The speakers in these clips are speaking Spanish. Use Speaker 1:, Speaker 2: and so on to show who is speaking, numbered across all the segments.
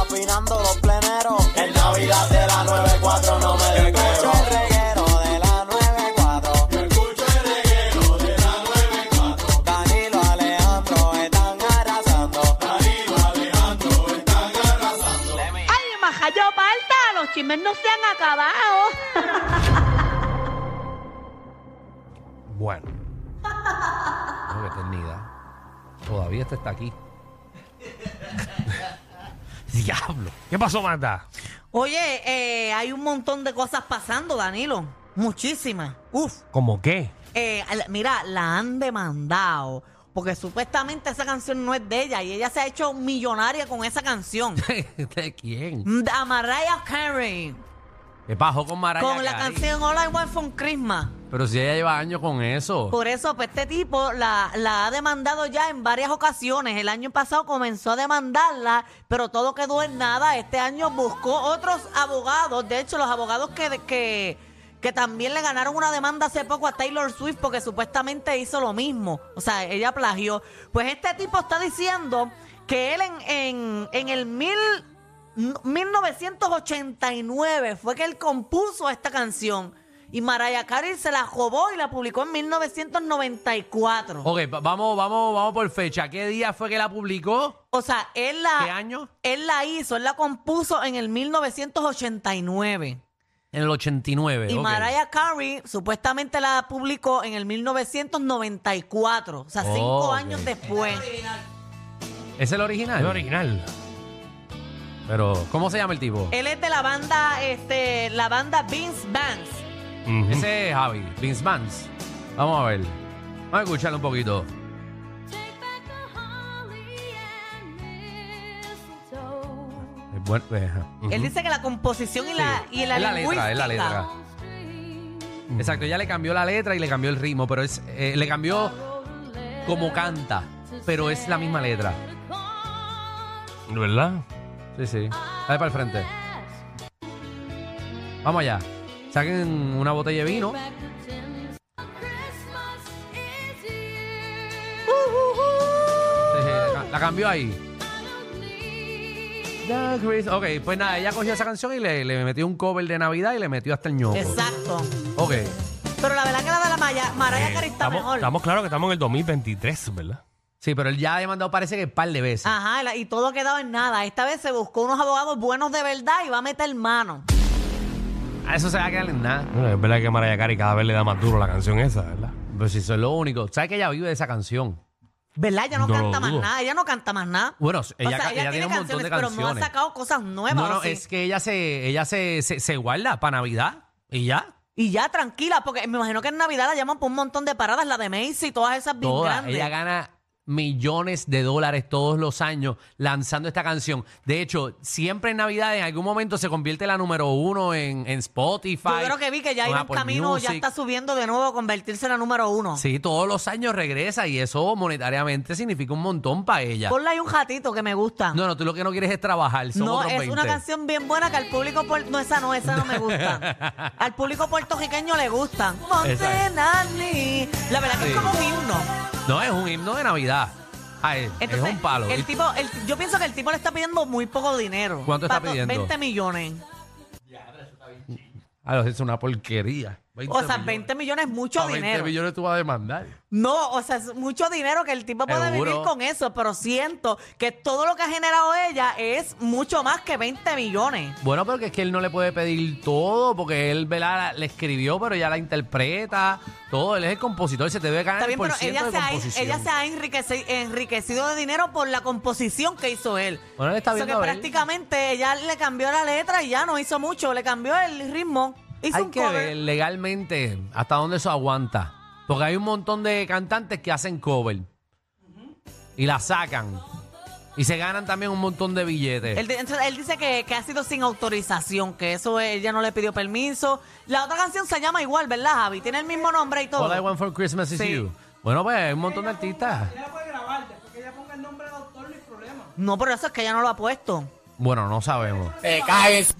Speaker 1: afinando los pleneros. En Navidad de la 94 no me despecho. el reguero de la 94. Yo escucho el reguero de la 94. Danilo Alejandro están arrasando. Danilo Alejandro están arrasando.
Speaker 2: ¡Ay, majayo palta! Los chismes no se han acabado.
Speaker 3: Bueno. No, qué eternidad. Todavía este está aquí. Diablo. ¿Qué pasó, Manda?
Speaker 4: Oye, eh, hay un montón de cosas pasando, Danilo. Muchísimas. Uf.
Speaker 3: ¿Cómo qué?
Speaker 4: Eh, al- mira, la han demandado. Porque supuestamente esa canción no es de ella y ella se ha hecho millonaria con esa canción.
Speaker 3: ¿De quién?
Speaker 4: A Mariah Carey.
Speaker 3: ¿Qué pasó con Mariah
Speaker 4: Con la
Speaker 3: Carey?
Speaker 4: canción All I Want From Christmas.
Speaker 3: Pero si ella lleva años con eso.
Speaker 4: Por eso, pues, este tipo la, la ha demandado ya en varias ocasiones. El año pasado comenzó a demandarla, pero todo quedó en nada. Este año buscó otros abogados. De hecho, los abogados que, que, que también le ganaron una demanda hace poco a Taylor Swift porque supuestamente hizo lo mismo. O sea, ella plagió. Pues este tipo está diciendo que él en, en, en el mil... 1989 fue que él compuso esta canción y Mariah Carey se la robó y la publicó en 1994.
Speaker 3: Ok, va- vamos, vamos, vamos por fecha. ¿Qué día fue que la publicó?
Speaker 4: O sea, él
Speaker 3: ¿Qué
Speaker 4: la,
Speaker 3: año?
Speaker 4: él la hizo, él la compuso en el 1989.
Speaker 3: En el 89.
Speaker 4: Y
Speaker 3: ok.
Speaker 4: Mariah Carey supuestamente la publicó en el 1994, o sea, cinco
Speaker 3: Oh, ok.
Speaker 4: años después.
Speaker 3: ¿Es el original?
Speaker 5: El original.
Speaker 3: Pero, ¿cómo se llama el tipo?
Speaker 4: Él es de la banda, este, la banda Vince Vance.
Speaker 3: Ese es Javi, Vince Vance. Vamos a ver. Vamos a escucharlo un poquito. Es bueno, eh, ajá.
Speaker 4: Él
Speaker 3: Ujú.
Speaker 4: dice que la composición y la, y la
Speaker 3: es la letra, es la
Speaker 4: lingüística.
Speaker 3: letra. Exacto, ella le cambió la letra y le cambió el ritmo, pero es eh, le cambió como canta, pero es la misma letra.
Speaker 5: ¿Verdad?
Speaker 3: Sí, sí. Dale para el frente. Vamos allá. Saquen una botella de
Speaker 2: Uh,
Speaker 3: vino.
Speaker 2: uh,
Speaker 3: Sí, sí, Eh, la ca- La cambió ahí. The Chris- Ok, pues nada, ella cogió esa canción y le, le metió un cover de Navidad y le metió hasta el ñoco.
Speaker 4: Exacto.
Speaker 3: Ok.
Speaker 4: Pero la verdad que la de la Maya, Mariah
Speaker 3: Eh,
Speaker 4: Carey está
Speaker 5: estamos,
Speaker 4: mejor.
Speaker 5: estamos claros Pues que estamos en el 2023, ¿verdad?
Speaker 3: Sí, pero él ya ha demandado parece que un par de veces.
Speaker 4: Ajá, la- y todo ha quedado en nada. Esta vez se buscó unos abogados buenos de verdad y va a meter mano.
Speaker 3: A Eso se va a quedar en nada.
Speaker 5: Bueno, es verdad que Mariah Carey cada vez le da más duro la canción esa, ¿verdad?
Speaker 3: Pero Pues si eso es lo único. ¿Sabes que ella vive de esa canción?
Speaker 4: ¿Verdad? Ella no,
Speaker 5: No lo
Speaker 4: canta más
Speaker 5: dudo.
Speaker 4: nada. Ella no canta más nada.
Speaker 3: Bueno, ella,
Speaker 4: o sea,
Speaker 3: ca-
Speaker 4: ella, tiene,
Speaker 3: un montón
Speaker 4: canciones,
Speaker 3: de
Speaker 4: pero
Speaker 3: canciones.
Speaker 4: no ha sacado cosas nuevas.
Speaker 3: no, no,
Speaker 4: ¿o sí?
Speaker 3: es que ella se, ella se, se, se guarda para Navidad y ya.
Speaker 4: Y ya, tranquila, porque me imagino que en Navidad la llaman por un montón de paradas, la de Macy y todas esas bien
Speaker 3: Toda.
Speaker 4: grandes.
Speaker 3: Ella gana millones de dólares todos los años lanzando esta canción. De hecho, siempre en Navidad en algún momento se convierte en la número uno en, en Spotify.
Speaker 4: Yo creo que vi que ya
Speaker 3: con
Speaker 4: iba en
Speaker 3: Apple
Speaker 4: camino, ya
Speaker 3: Music.
Speaker 4: está subiendo de nuevo a convertirse en la número uno.
Speaker 3: Sí, todos los años regresa y eso monetariamente significa un montón para ella.
Speaker 4: Ponle ahí un jatito que me gusta.
Speaker 3: No, no, tú lo que no quieres es trabajar. Son
Speaker 4: No,
Speaker 3: otros
Speaker 4: es
Speaker 3: 20.
Speaker 4: una canción bien buena que al público puer- no esa no esa no me gusta. al público puertorriqueño le gusta.
Speaker 3: Esa
Speaker 4: Ponte Nani. La verdad que
Speaker 3: Sí.
Speaker 4: es como un himno.
Speaker 3: No, es un himno de Navidad. Ay,
Speaker 4: Entonces,
Speaker 3: es un palo.
Speaker 4: El tipo, el- yo pienso que el tipo le está pidiendo muy poco dinero.
Speaker 3: ¿Cuánto está
Speaker 4: Pato,
Speaker 3: pidiendo?
Speaker 4: 20 millones.
Speaker 3: Ah, no, es una porquería.
Speaker 4: O sea, 20 millones es mucho
Speaker 3: A 20
Speaker 4: dinero.
Speaker 3: Ah, millones tú vas a demandar.
Speaker 4: No, o sea, es mucho dinero que el tipo puede
Speaker 3: Seguro.
Speaker 4: vivir con eso, pero siento que todo lo que ha generado ella es mucho más que 20 millones.
Speaker 3: Bueno, porque es que él no le puede pedir todo, porque él ¿verdad? le escribió, pero ya la interpreta, todo. Él es el compositor, se te debe ganar
Speaker 4: Está bien,
Speaker 3: el
Speaker 4: pero
Speaker 3: por ciento
Speaker 4: ella se,
Speaker 3: de
Speaker 4: ha,
Speaker 3: composición.
Speaker 4: ella se ha enriqueci- enriquecido de dinero por la composición que hizo él.
Speaker 3: Bueno, él está
Speaker 4: Eso
Speaker 3: viendo
Speaker 4: que
Speaker 3: a ver.
Speaker 4: prácticamente ella le cambió la letra y ya no hizo mucho, le cambió el ritmo. Hizo
Speaker 3: Hay
Speaker 4: un
Speaker 3: que
Speaker 4: cover.
Speaker 3: ver legalmente hasta dónde eso aguanta. Porque hay un montón de cantantes que hacen cover y la sacan. Y se ganan también un montón de billetes.
Speaker 4: Él, di- entonces, él dice que, que ha sido sin autorización, que eso eh, ella no le pidió permiso. La otra canción se llama igual, ¿verdad, Javi? Tiene el mismo nombre y todo.
Speaker 3: All I want for Christmas is
Speaker 4: Sí.
Speaker 3: you. Bueno, pues hay un montón de artistas.
Speaker 4: No, pero eso es que ella no lo ha puesto.
Speaker 3: Bueno, no sabemos.
Speaker 1: Te caes.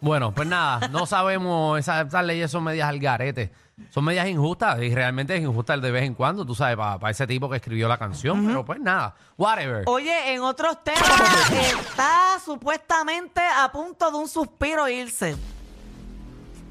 Speaker 3: Bueno, pues nada, no sabemos. Esas, esas leyes son medias al garete. Son medias injustas y realmente es injusta el de vez en cuando, tú sabes, para ese tipo que escribió la canción. Pero pues nada, whatever.
Speaker 4: Oye, en otros temas, está supuestamente a punto de un suspiro irse.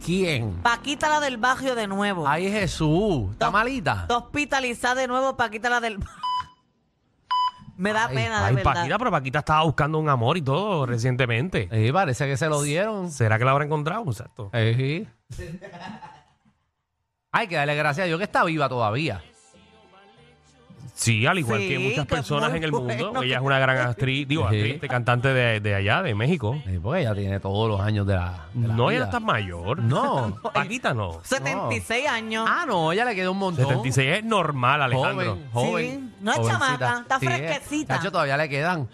Speaker 3: ¿Quién?
Speaker 4: Paquita la del barrio de nuevo.
Speaker 3: Ay, Jesús. ¿Está
Speaker 4: Dos-
Speaker 3: malita?
Speaker 4: Está hospitalizada de nuevo Paquita la del Me da
Speaker 3: Ay,
Speaker 4: pena,
Speaker 5: Ay,
Speaker 4: de Ah, verdad.
Speaker 5: Paquita, pero Paquita estaba buscando un amor y todo recientemente.
Speaker 3: Sí, parece que se lo dieron. Eh,
Speaker 5: ¿Será que la habrá encontrado? Exacto.
Speaker 3: Sí. Hay que darle gracias a Dios que está viva todavía.
Speaker 5: Sí, al igual
Speaker 4: Sí,
Speaker 5: que muchas
Speaker 4: que es
Speaker 5: personas
Speaker 4: muy
Speaker 5: en el
Speaker 4: bueno
Speaker 5: mundo.
Speaker 4: que-
Speaker 5: Ella es una gran actriz, digo,
Speaker 3: Sí.
Speaker 5: actriz, este, cantante de, de allá, de México.
Speaker 3: Sí, Eh, porque ella tiene todos los años de la. de la
Speaker 5: No,
Speaker 3: vida.
Speaker 5: ella no está mayor.
Speaker 3: No.
Speaker 5: Paquita no.
Speaker 4: 76 años.
Speaker 3: Ah, no, ella le quedó un montón.
Speaker 5: 76 es normal, Alejandro.
Speaker 3: Joven, joven.
Speaker 4: no es
Speaker 3: jovencita.
Speaker 4: chamaca, está
Speaker 3: Sí, es.
Speaker 4: fresquecita.
Speaker 3: Chacho, todavía le quedan.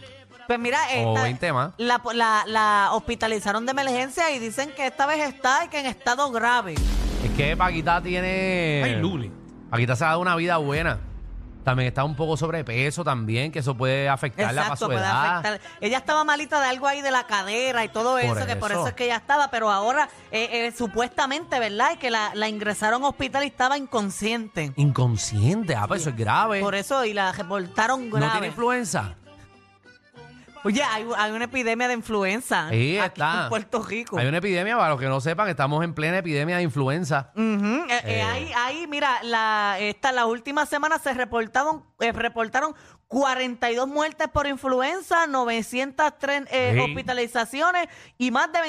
Speaker 4: Pues mira,
Speaker 3: O
Speaker 4: esta-
Speaker 3: 20 Oh, más.
Speaker 4: La, la- la hospitalizaron de emergencia y dicen que esta vez está y que en estado grave.
Speaker 3: Es que Paquita tiene.
Speaker 5: Ay, Luli.
Speaker 3: Paquita se ha dado una vida buena. También está un poco sobrepeso también, que eso puede afectarla para su
Speaker 4: puede
Speaker 3: edad.
Speaker 4: afectar. Ella estaba malita de algo ahí de la cadera y todo eso, que por
Speaker 3: eso.
Speaker 4: eso es que ella estaba, pero ahora eh, eh, supuestamente, ¿verdad? Es que la, la ingresaron a hospital y estaba inconsciente.
Speaker 3: Inconsciente, ah, pues eso es grave.
Speaker 4: Por eso, y la reportaron
Speaker 3: no
Speaker 4: grave.
Speaker 3: tiene influenza.
Speaker 4: Oye, hay, hay una epidemia de influenza
Speaker 3: Ahí
Speaker 4: aquí
Speaker 3: está.
Speaker 4: en Puerto Rico.
Speaker 3: Hay una epidemia, para los que no sepan, estamos en plena epidemia de influenza.
Speaker 4: Ujú, eh, eh, ahí, ahí, mira, la, esta, la última semana se reportaron, eh, reportaron 42 muertes por influenza, 903 eh,
Speaker 5: Sí.
Speaker 4: hospitalizaciones y más de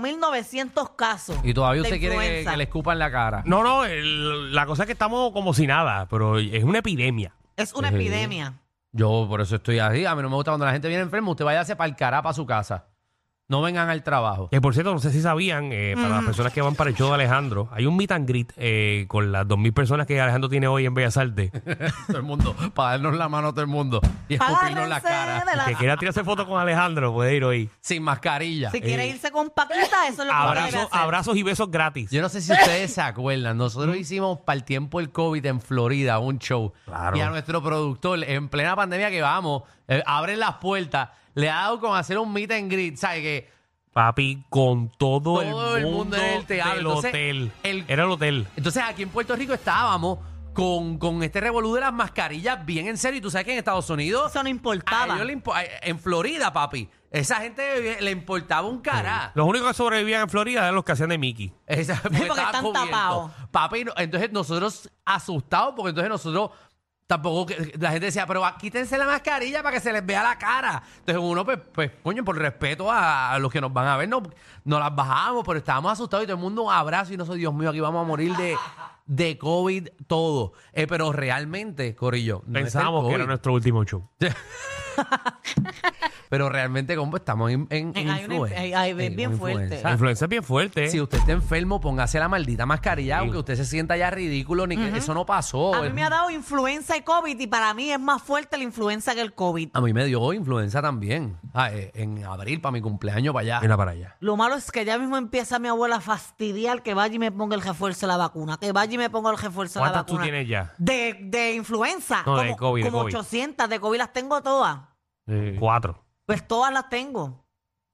Speaker 4: 25.900 casos.
Speaker 3: Y todavía
Speaker 4: de
Speaker 3: usted quiere que,
Speaker 4: influenza.
Speaker 3: que le escupan la cara.
Speaker 5: No, no, el- la cosa es que estamos como si nada, pero es una epidemia.
Speaker 4: Es una
Speaker 3: Sí.
Speaker 4: epidemia.
Speaker 3: Yo por eso estoy así. A mí no me gusta cuando la gente viene enferma. Usted váyase para el cará, para su casa. No vengan al trabajo.
Speaker 5: Que por cierto, no sé si sabían, eh, para
Speaker 4: Mm.
Speaker 5: las personas que van para el show de Alejandro, hay un meet and greet eh, con las 2.000 personas que Alejandro tiene hoy en Bellas Artes.
Speaker 3: todo el mundo, para darnos la mano a todo el mundo y escupirnos la
Speaker 4: Agárrense
Speaker 3: cara.
Speaker 4: de la-
Speaker 5: que quiera tirarse fotos con Alejandro, puede ir hoy.
Speaker 3: Sin mascarilla.
Speaker 4: Si quiere irse con Paquita, eso es lo que uno debe
Speaker 5: Abrazos,
Speaker 4: hacer.
Speaker 5: abrazos y besos gratis.
Speaker 3: Yo no sé si ustedes se acuerdan, nosotros hicimos para el tiempo del COVID en Florida un show.
Speaker 5: Claro.
Speaker 3: Y a nuestro productor, en plena pandemia que vamos, eh, abren las puertas, le ha dado con hacer un meet and greet, ¿sabes? Que
Speaker 5: Papi, con todo,
Speaker 3: Todo el
Speaker 5: el mundo,
Speaker 3: mundo en el teatro.
Speaker 5: del
Speaker 3: Entonces,
Speaker 5: hotel.
Speaker 3: el-
Speaker 5: Era el hotel.
Speaker 3: Entonces aquí en Puerto Rico estábamos con, con este revolú de las mascarillas bien en serio. Y tú sabes que en Estados Unidos...
Speaker 4: Eso no
Speaker 3: a
Speaker 4: importaba.
Speaker 3: ellos Ah, le impo- a- en Florida, papi. Esa gente le importaba un cará.
Speaker 5: Los únicos que sobrevivían en Florida eran los que hacían de Mickey.
Speaker 3: Esa-
Speaker 4: porque
Speaker 3: estaban
Speaker 4: están
Speaker 3: cubiertos.
Speaker 4: tapados.
Speaker 3: Papi, no- entonces nosotros asustados, porque entonces nosotros tampoco, que- la gente decía, pero quítense la mascarilla para que se les vea la cara. Entonces uno, pues, pues coño, por respeto a, a los que nos van a ver, no, no las bajamos, pero estábamos asustados y todo el mundo un abrazo y nosotros, Dios mío, aquí vamos a morir de, de COVID todo. Eh, pero realmente, Corillo, no es el
Speaker 5: Pensábamos que
Speaker 3: COVID,
Speaker 5: era nuestro último show.
Speaker 3: pero realmente, como estamos en, en,
Speaker 4: Eh, hay una inf-
Speaker 3: influen-
Speaker 4: eh, hay- es
Speaker 3: en
Speaker 4: bien fuerte.
Speaker 5: La
Speaker 3: influenza.
Speaker 5: influenza es bien fuerte.
Speaker 3: Si usted está enfermo, póngase la maldita mascarilla, aunque usted se sienta ya ridículo, ni que eso no pasó.
Speaker 4: A mí me ha dado influenza y COVID y para mí es más fuerte la influenza que el COVID.
Speaker 3: A mí me dio influenza también. Ah, eh, en abril, para mi cumpleaños, para allá.
Speaker 5: Mira para allá.
Speaker 4: Lo malo es que ya mismo empieza mi abuela a fastidiar que vaya y me ponga el refuerzo de la vacuna, que vaya y me ponga el refuerzo de la
Speaker 5: ¿Cuántas tú
Speaker 4: vacuna.
Speaker 5: tienes ya?
Speaker 4: De, de influenza.
Speaker 5: No,
Speaker 4: como,
Speaker 5: de COVID, de
Speaker 4: como
Speaker 5: COVID.
Speaker 4: 800, de COVID las tengo todas.
Speaker 5: Cuatro.
Speaker 4: Pues todas las tengo.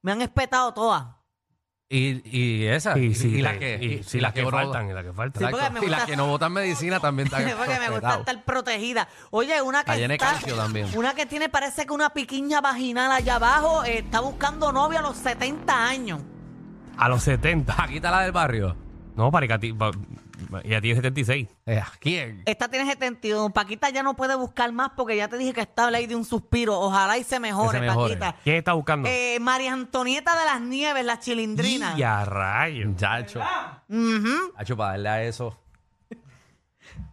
Speaker 4: Me han espetado todas.
Speaker 3: Y, Ah, y esa.
Speaker 5: Y, sí,
Speaker 3: las
Speaker 5: te-
Speaker 3: que,
Speaker 5: y- sí, las que
Speaker 3: no-
Speaker 5: faltan, y las que faltan.
Speaker 4: Sí, porque
Speaker 3: Exacto.
Speaker 4: me
Speaker 3: y las
Speaker 4: gusta-
Speaker 3: que no votan medicina también están
Speaker 4: Porque me gusta
Speaker 3: apretados.
Speaker 4: estar protegida. Oye, una que
Speaker 3: Allá en el
Speaker 4: está,
Speaker 3: calcio también.
Speaker 4: una que tiene parece que una piquiña vaginal allá abajo eh, está buscando novio a los 70 años.
Speaker 5: A los 70.
Speaker 3: Paquita, la del barrio.
Speaker 5: No, para que a ti- pa- Ella tiene 76.
Speaker 3: Eh, ¿Quién?
Speaker 4: Esta tiene 71. Paquita ya no puede buscar más porque ya te dije que está ley de un suspiro. Ojalá y se mejore,
Speaker 3: mejore.
Speaker 4: Paquita.
Speaker 5: ¿Quién está buscando?
Speaker 4: Eh, María Antonieta de las Nieves, la chilindrina.
Speaker 5: Y a rayos.
Speaker 3: Chacho.
Speaker 4: Ujú.
Speaker 3: Chacho, para darle a eso.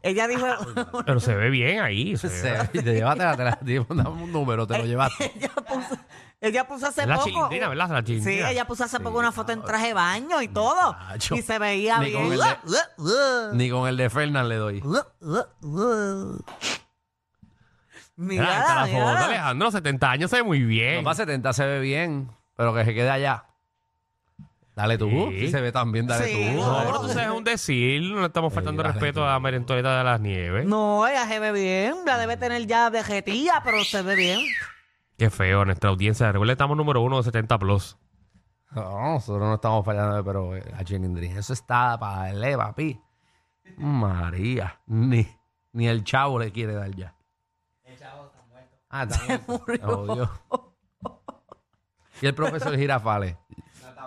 Speaker 4: Ella dijo,
Speaker 3: Ah,
Speaker 5: Pero se ve bien ahí. se ve-
Speaker 3: Se- te llévatela, te la- te dame un número,
Speaker 4: Eh,
Speaker 3: te lo llevaste.
Speaker 4: ella puso, ella puso hace
Speaker 5: Es la
Speaker 4: poco.
Speaker 5: chilindrina, ¿verdad? La
Speaker 4: Sí,
Speaker 5: chilindrina.
Speaker 4: ella puso hace poco una foto en traje de baño y todo.
Speaker 3: Muchacho.
Speaker 4: Y se veía
Speaker 3: Ni con
Speaker 4: bien.
Speaker 3: el Ni con el de Fernan le doy.
Speaker 5: Mira, ahí está
Speaker 4: Mira,
Speaker 5: la foto, Alejandro, 70 años se ve muy bien.
Speaker 3: No para 70 se ve bien, pero que se quede allá. Dale tú.
Speaker 5: Sí.
Speaker 3: Si se ve tan bien, dale
Speaker 4: Sí.
Speaker 3: tú.
Speaker 5: No, pero tú sabes, es un decir. No le estamos faltando
Speaker 3: Sí, dale,
Speaker 5: respeto
Speaker 3: tú.
Speaker 5: a Merentoleta de las Nieves.
Speaker 4: No, ella se ve bien. La
Speaker 3: Mm.
Speaker 4: debe tener ya vejetía, pero se ve bien.
Speaker 5: Qué feo, nuestra audiencia. Recuerda, estamos número uno de 70 plus.
Speaker 3: No, nosotros no estamos fallando, pero eh, la chilindrina, eso está para darle, papi. María, ni, ni el chavo le quiere dar ya. El chavo está muerto. Ah, está muerto. Oh, Dios. Y el profesor Girafales.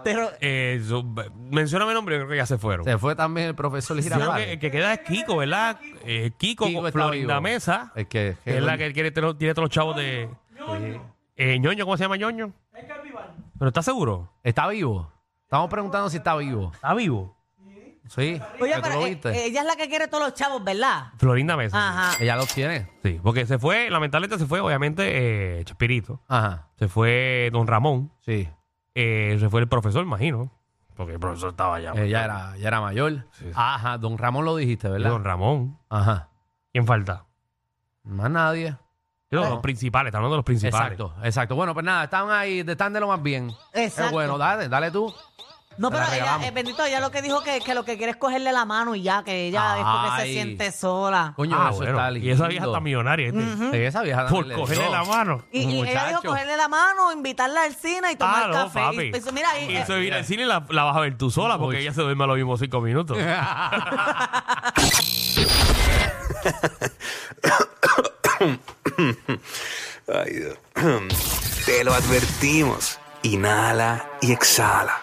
Speaker 4: Pero
Speaker 5: Eh, so- menciona mi nombre, yo creo que ya se fueron.
Speaker 3: Se fue también el profesor
Speaker 5: Yo creo que
Speaker 3: Girafales.
Speaker 5: el que queda es Kiko, ¿verdad? Eh, Kiko,
Speaker 3: Kiko
Speaker 5: con
Speaker 3: está
Speaker 5: Florinda
Speaker 3: vivo.
Speaker 5: Mesa.
Speaker 3: Es que,
Speaker 5: que es la que quiere, tener- tiene todos los chavos de. Eh, ñoño, ¿cómo se llama ñoño? ¿Pero está seguro?
Speaker 3: está vivo. Estamos preguntando si está vivo.
Speaker 5: ¿Está vivo?
Speaker 3: Sí.
Speaker 4: Oye,
Speaker 3: que tú
Speaker 4: pero
Speaker 3: lo
Speaker 4: eh,
Speaker 3: viste.
Speaker 4: ella es la que quiere todos los chavos, ¿verdad?
Speaker 5: Florinda Mesa.
Speaker 4: Ajá.
Speaker 3: Ella los tiene.
Speaker 5: Sí, porque se fue, lamentablemente se fue, obviamente, eh, Chespirito.
Speaker 3: Ajá.
Speaker 5: Se fue Don Ramón.
Speaker 3: Sí.
Speaker 5: Eh, se fue el profesor, imagino. Porque el profesor estaba allá.
Speaker 3: Ella era, Eh, ya era mayor.
Speaker 5: Ah, Sí, sí.
Speaker 3: Ajá. Don Ramón lo dijiste, ¿verdad?
Speaker 5: Don Ramón.
Speaker 3: Ajá.
Speaker 5: ¿Quién falta?
Speaker 3: Más nadie.
Speaker 5: Yo, Los principales, está hablando de los principales.
Speaker 3: Exacto, exacto. Bueno, pues nada, estaban ahí, están de lo más bien.
Speaker 4: Exacto.
Speaker 3: Es bueno, dale, dale tú.
Speaker 4: No,
Speaker 3: Te
Speaker 4: pero
Speaker 3: la
Speaker 4: ella,
Speaker 3: regalamos.
Speaker 4: eh, bendito, ella lo que dijo que, que lo que quiere es cogerle la mano y ya, que ella es porque se
Speaker 3: Ay.
Speaker 4: siente sola.
Speaker 3: Coño,
Speaker 5: Ah,
Speaker 3: eso
Speaker 5: bueno,
Speaker 3: está
Speaker 5: Y esa vieja está millonaria. ¿viste?
Speaker 3: Sí, esa vieja
Speaker 5: Por
Speaker 3: también le
Speaker 5: cogerle
Speaker 3: dio.
Speaker 5: la mano.
Speaker 4: Y, y ella dijo
Speaker 3: Muchacho.
Speaker 4: cogerle la mano, invitarla al cine y tomar
Speaker 5: Ah, no,
Speaker 4: café.
Speaker 5: papi.
Speaker 4: Y pensó, mira, y- eh,
Speaker 5: Y eso de ir al cine la, la vas a ver tú sola porque
Speaker 3: Ah, Uy.
Speaker 5: ella se duerme a los mismos cinco minutos.
Speaker 6: Ay, Dios. Te lo advertimos. Inhala y exhala.